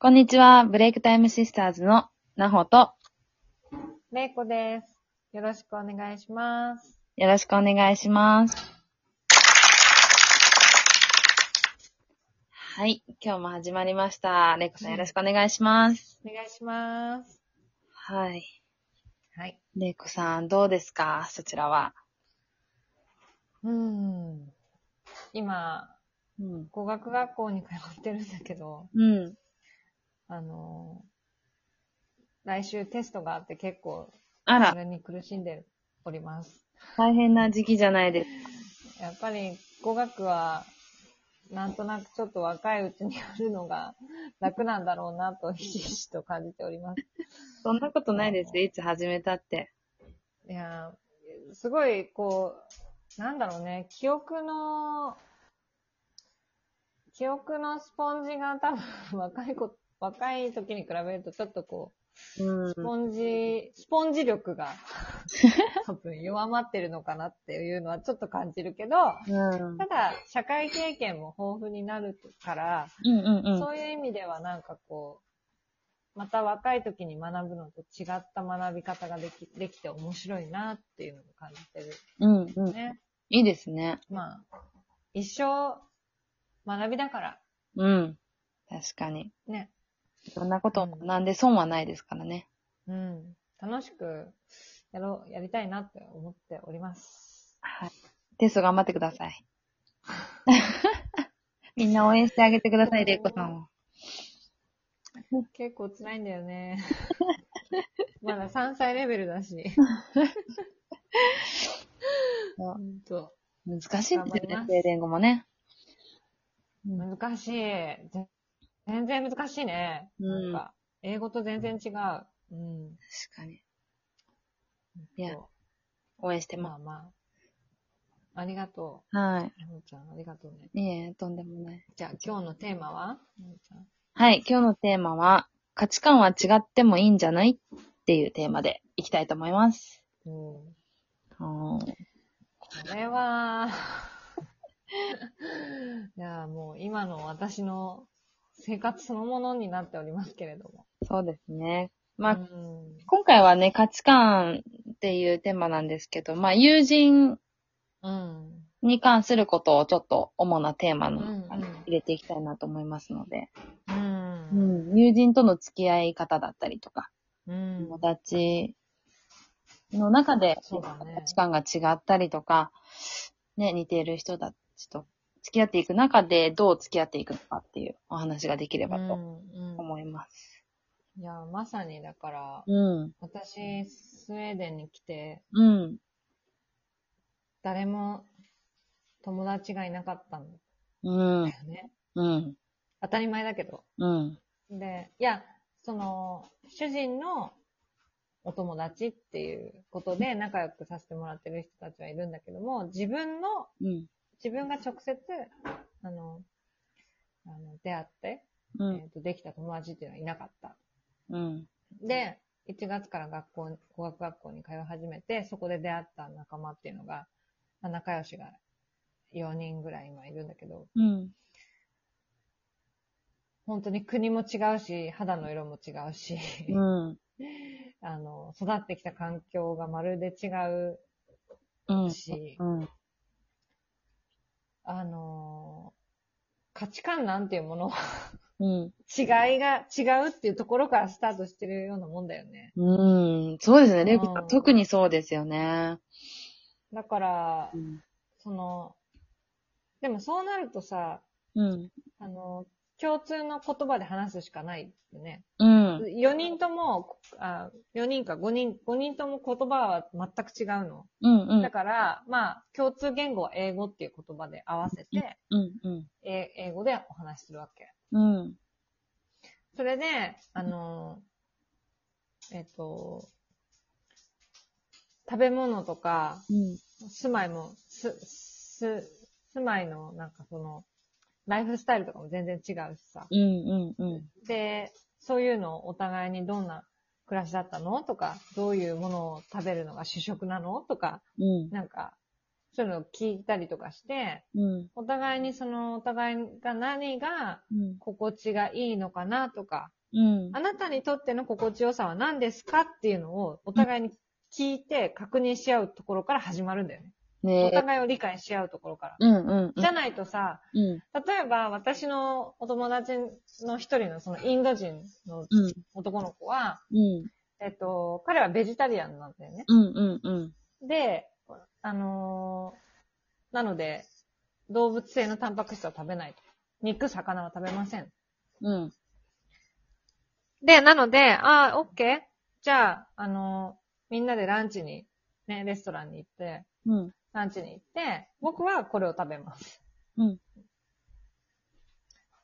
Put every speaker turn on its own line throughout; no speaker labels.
こんにちは、ブレイクタイムシスターズのなほと、
れいこです。よろしくお願いします。
よろしくお願いします。はい、今日も始まりました。レイコさんよろしくお願いします。
お願いします。
はい。
はい。
レイコさん、どうですかそちらは。
うーん。今、
うん。
語学学校に通ってるんだけど、
うん。
あのー、来週テストがあって結構、
あ
そ
ら、
れに苦しんでおります。
大変な時期じゃないです
やっぱり語学は、なんとなくちょっと若いうちにやるのが楽なんだろうなと、ひしひしと感じております。
か。そんなことないですよ。いつ始めたって。
いやー、すごい、こう、なんだろうね、記憶の、記憶のスポンジが多分若い子、若い時に比べるとちょっとこ
う
う、
ん
ス。ポンジ、スポンジ力が多分弱まってるのかなっていうのはちょっと感じるけど、
うん。
ただ、社会経験も豊富になるから、
うんうんうん。
そういう意味ではなんかこう、また若い時に学ぶのと違った学び方ができできて面白いなっていうのを感じてる
うんうん。
ね。
いいですね。
まあ、一生学びだから、
うん。確かに。
ね。
そんなことを学んで損はないですからね。
うん。楽しくやろう、やりたいなって思っております。
はい。テスト頑張ってください。 みんな応援してあげてください、レイコさんを。
結構辛いんだよ ね。まだ3歳レベルだ し。ほんと。
難しいです
頑張り
よね
ま、す
スウェーデン語もね。
難しい。ぜ全然難しいね。
うん
なんか、英語と全然違う。うん。
確かに。いや
そう、
応援して
ま
ま
あまあ。ありがと
す。は
う。なほちゃん、ありがとうね。
い。いえ、とんでもない。
じゃあ、今日のテーマはなほちゃん
はい、今日のテーマは、価値観は違ってもいいんじゃないっていうテーマでいきたいと思います。
うん。
うん
これは、 いや、もう今の私の生活そのものになっておりますけれども。
そうですね。まあ、
うん。
今回はね、価値観っていうテーマなんですけど、まあ、友人
うん。
に関することをちょっと主なテーマの
うんうん
あの入れていきたいなと思いますので、
うん。
友人との付き合い方だったりとか、
うん
友達の中で
そうだね
価値観が違ったりとか、ね、似ている人たちと付き合っていく中でどう付き合っていくのかっていうお話ができれば
う
と
んうん
思います。
いや、まさにだから、
うん、
私、スウェーデンに来て、
うん、
誰も友達がいなかったんだ
うん、
よね。
うん、
当たり前だけど。
うん、
で、いや、その、主人のお友達っていうことで仲良くさせてもらってる人たちはいるんだけども、自分の、
うん、
自分が直接、あの、あの出会って、
うん
え、っとできた友達っていうのはいなかった。
うん、
で、1月から学校に、語学学校に通い始めて、そこで出会った仲間っていうのが、まあ仲良しが4人ぐらい今いるんだけど、
うん、
本当に国も違うし、肌の色も違うし、
うん、
あの、育ってきた環境がまるで違
うん
う、し、
うん、
あの、価値観なんていうものは
うん。
違いが、違うっていうところからスタートしてるようなもんだよね。
うん、そうですね。レイコさ、
うんん
特にそうですよね。
だから
う、ん。
その、でもそうなるとさ、
うん。
あの、共通の言葉で話すしかないよね。
うん。
4人とも、あ4人か5人、5人とも言葉は全く違うの。
うん。うん
だ。から、まあ、共通言語は英語っていう言葉で合わせて、
うん。うん。
え英語でお話しするわけ。
うん。
それで、あの、えっと、食べ物とか、
うん。
住まいも、す、す、住まいの、なんかその、ライフスタイルとかも全然違うしさ。
うん。うん。
で、そういうのをお互いにどんな暮らしだったのとか、どういうものを食べるのが主食なのとか、
うん。
なんか、そういうのを聞いたりとかして、
うん。
お互いにその、お互いが何が
うん。
心地がいいのかなとか、
うん。
あなたにとっての心地よさは何ですかっていうのをお互いに聞いて確認し合うところから始まるんだよね。お
ねえ。
互いを理解し合うところから。
うんうんうん。
じゃないとさ、
うん。
例えば私のお友達の一人のそのインド人の
うん。
男の子は、
うん。
えっと、彼はベジタリアンなんだよね。
うんうんうん。
で、あのーなので、動物性のタンパク質は食べないと。肉、魚は食べません。
うん。
で、なので、ああ、オッケー。じゃあ、あのーみんなでランチに、ね、レストランに行って、
うん。
ランチに行って、僕はこれを食べます。
うん。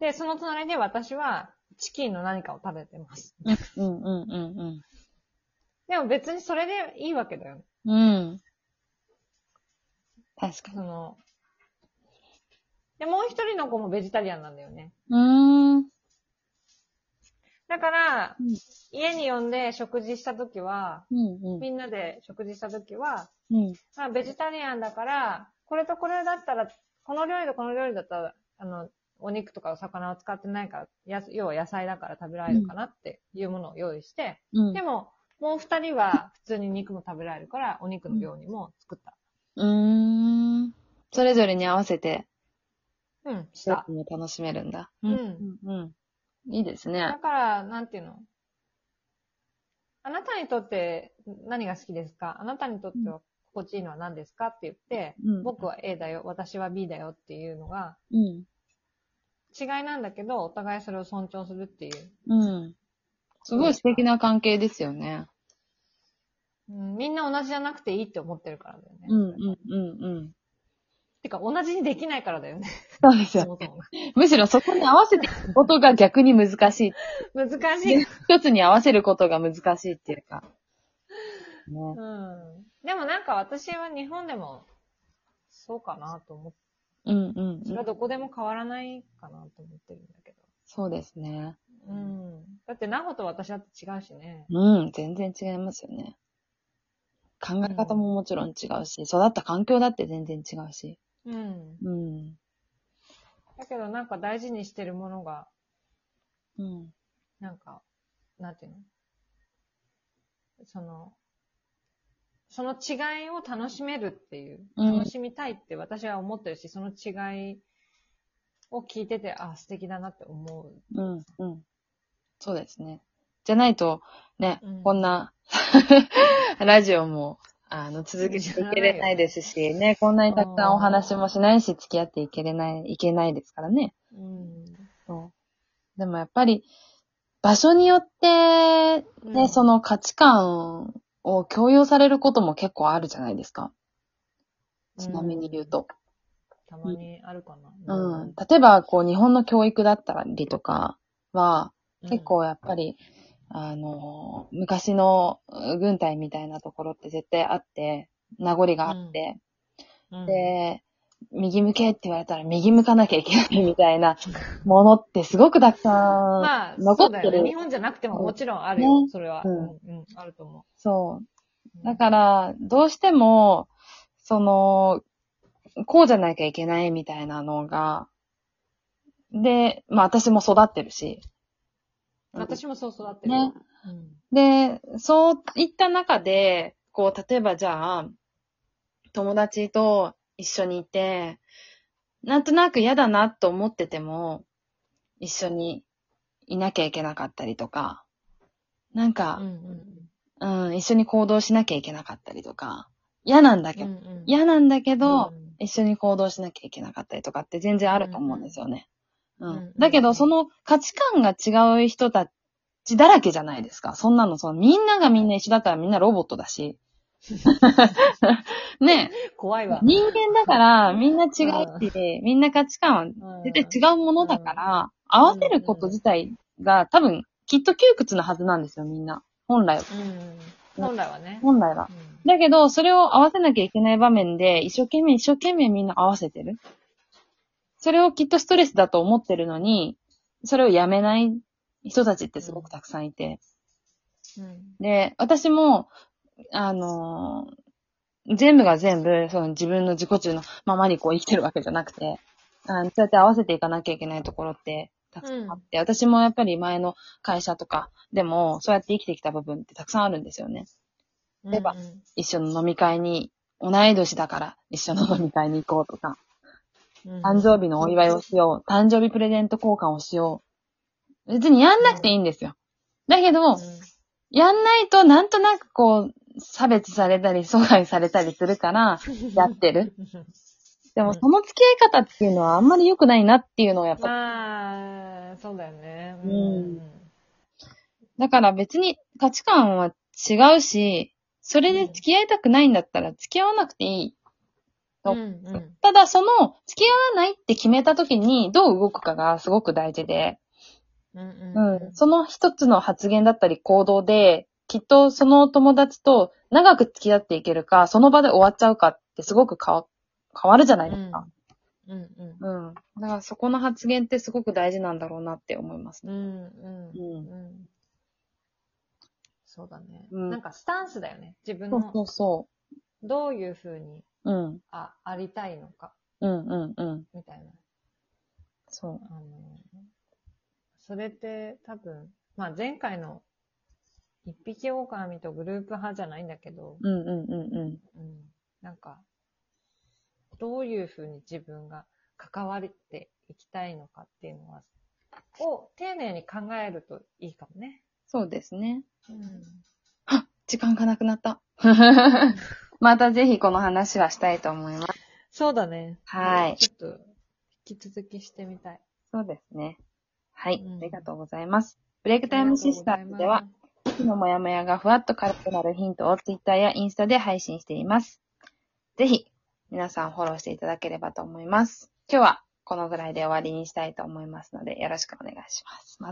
で、その隣で私はチキンの何かを食べてます。
うんうんうん
でも別にそれでいいわけだよね。
うん。うん。確か
そ
に。
の、で、もう一人の子もベジタリアンなんだよね。
うーん。
だから、
うん
家に呼んで食事したときは、
うんうん。
みんなで食事したときは、
うん。
まあ、ベジタリアンだから、これとこれだったら、この料理とこの料理だったら、あの、お肉とかお魚を使ってないから、やす要は野菜だから食べられるかなっていうものを用意して、
うん
でも、もう二人は普通に肉も食べられるから、お肉の料理も作った。
うーん。それぞれに合わせて、
うん、し
季
た。
節も楽しめるんだ。
うん。
うん。うん。いいですね
だ。から、なんていうのあなたにとって何が好きですかあなたにとっては心地いいのは何ですかって言って、
うん
僕は A だよ、私は B だよっていうのが
うん。
違いなんだけど、お互いそれを尊重するっていう。
うん。すごい素敵な関係ですよね。
うん、みんな同じじゃなくていいって思ってるからだよね。
うんうんうんうん。
てか、同じにできないからだよね。
そうです
そ
よ
もそ
ね。
も
むしろそこに合わせていくことが逆に難しい。
難しい。
一つに合わせることが難しいっていうか。ね。
うん。でもなんか私は日本でもそうかなと思って、
うんうん
それ
う
は
ん。
どこでも変わらないかなと思ってるんだけど。
そうですね。
うんだって、なほと私だって違うしね。
うん、全然違いますよね。考え方ももちろん違うし、育った環境だって全然違うし。
うん。
うん。
だけど、なんか大事にしてるものが、
うん。
なんか、なんていうのその、その違いを楽しめるっていう、
うん
楽しみたいって私は思ってるし、その違いを聞いてて、あ、素敵だなって思う。
うん、うん。そうですね。じゃないと、ね、
うん
こんな、 ラジオも、あの、続けていけれないですし、ね、こんなにたくさんお話もしないし、付き合っていけれない、いけないですからね。
うん。
そう。でもやっぱり、場所によって、ね、
うん
その価値観を強要されることも結構あるじゃないですか。ちなみに言うと。
たまにあるか
う
な。
ん。例えば、こう、日本の教育だったりとかは、
うん
結、構やっぱり、あの、昔のうん軍隊みたいなところって絶対あって、名残があって、
うん、
で、右向けって言われたら右向かなきゃいけないみたい なものってすごくたくさん、
まあ、
残
そ
っ
う
て
だ
る
よね。日本じゃなくてももちろんあるよ。
ね
それは、
う
うんん。うん、あると思。
そうう。だから、どうしても、その、こうじゃなきゃいけないみたいなのが、で、まあ私も育ってるし。
私もそう育ってる。
ね
うん。
で、そういった中で、こう、例えばじゃあ、友達と一緒にいて、なんとなく嫌だなと思ってても、一緒にいなきゃいけなかったりとか、なん
うん
か、
うん
うん、一緒に行動しなきゃいけなかったりとか、嫌なんだ
う
けど、
んうん。
嫌なんだけ
け
ど、、一緒に行動しなきゃいけなかったりとかって全然あると思うんですよね。うん。
うんうん
だけど、その価値観が違う人たちだらけじゃないですか。そんなの、そのみんながみんな一緒だったらみんなロボットだし。 ね
怖いわ。
人間だからみんな違うし、みんな価値観は絶対違うものだから、合わせること自体が多分きっと窮屈なはずなんですよ、みんな。本来は。
うんうん。本来はね。
本来は。だけど、それを合わせなきゃいけない場面で、一生懸命一生懸命みんな合わせてる。それをきっとストレスだと思ってるのに、それをやめない人たちってすごくたくさんいて。
うんうん
で、私も、あのー全部が全部、その自分の自己中のままにこう生きてるわけじゃなくて、あのそうやって合わせていかなきゃいけないところってたくさんあって、私もやっぱり前の会社とかでも、そうやって生きてきた部分ってたくさんあるんですよね。例えば
う
一緒の飲み会に、同い年だから一緒の飲み会に行こうとか、
んうん、
誕生日のお祝いをしよう、誕生日プレゼント交換をしよう。別にやんなくていいんですよ。だけど、やんないとなんとなくこう、差別されたり、阻害されたりするから、やってる。で
うん
もその付き合い方っていうのはあんまり良くないなっていうのをやっぱ、
まあ、そうだよね。
うんだから別に価値観は違うし、それで付き合いたくないんだったら付き合わなくていい。
うんうん
ただその付き合わないって決めた時にどう動くかがすごく大事で、
うんうん
う
うん
ん。その一つの発言だったり行動で、きっとその友達と長く付き合っていけるか、その場で終わっちゃうかってすごく変わ変わるじゃないですか。
うんうん
うん。だからそこの発言ってすごく大事なんだろうなって思います
う
ね。
んう
うん。
んうんそうだね。
うん
なんかスタンスだよね。自分
そうそ
の
うそ
どういう風に
う。うん。
あありたいのか、
うんうんうん。
みたいな。
そ
あの、それって多分、まあ前回の一匹狼とグループ派じゃないんだけど、
う。うんうんうんうん。
うん、なんか、どういうふうに自分が関わっていきたいのかっていうのは、を丁寧に考えるといいかもね。
そうですね。
うん。
時間がなくなった。 またぜひこの話はしたいと思います。
そうだね。
はい
ちょっと、引き続きしてみたい。
そうですね。はい、
うん
ありがとうございます。ブレイクタイムシスターズでは、日のモヤモヤがふわっと軽くなるヒントを Twitter やインスタで配信しています。ぜひ、皆さんフォローしていただければと思います。今日はこのぐらいで終わりにしたいと思いますので、よろしくお願いします。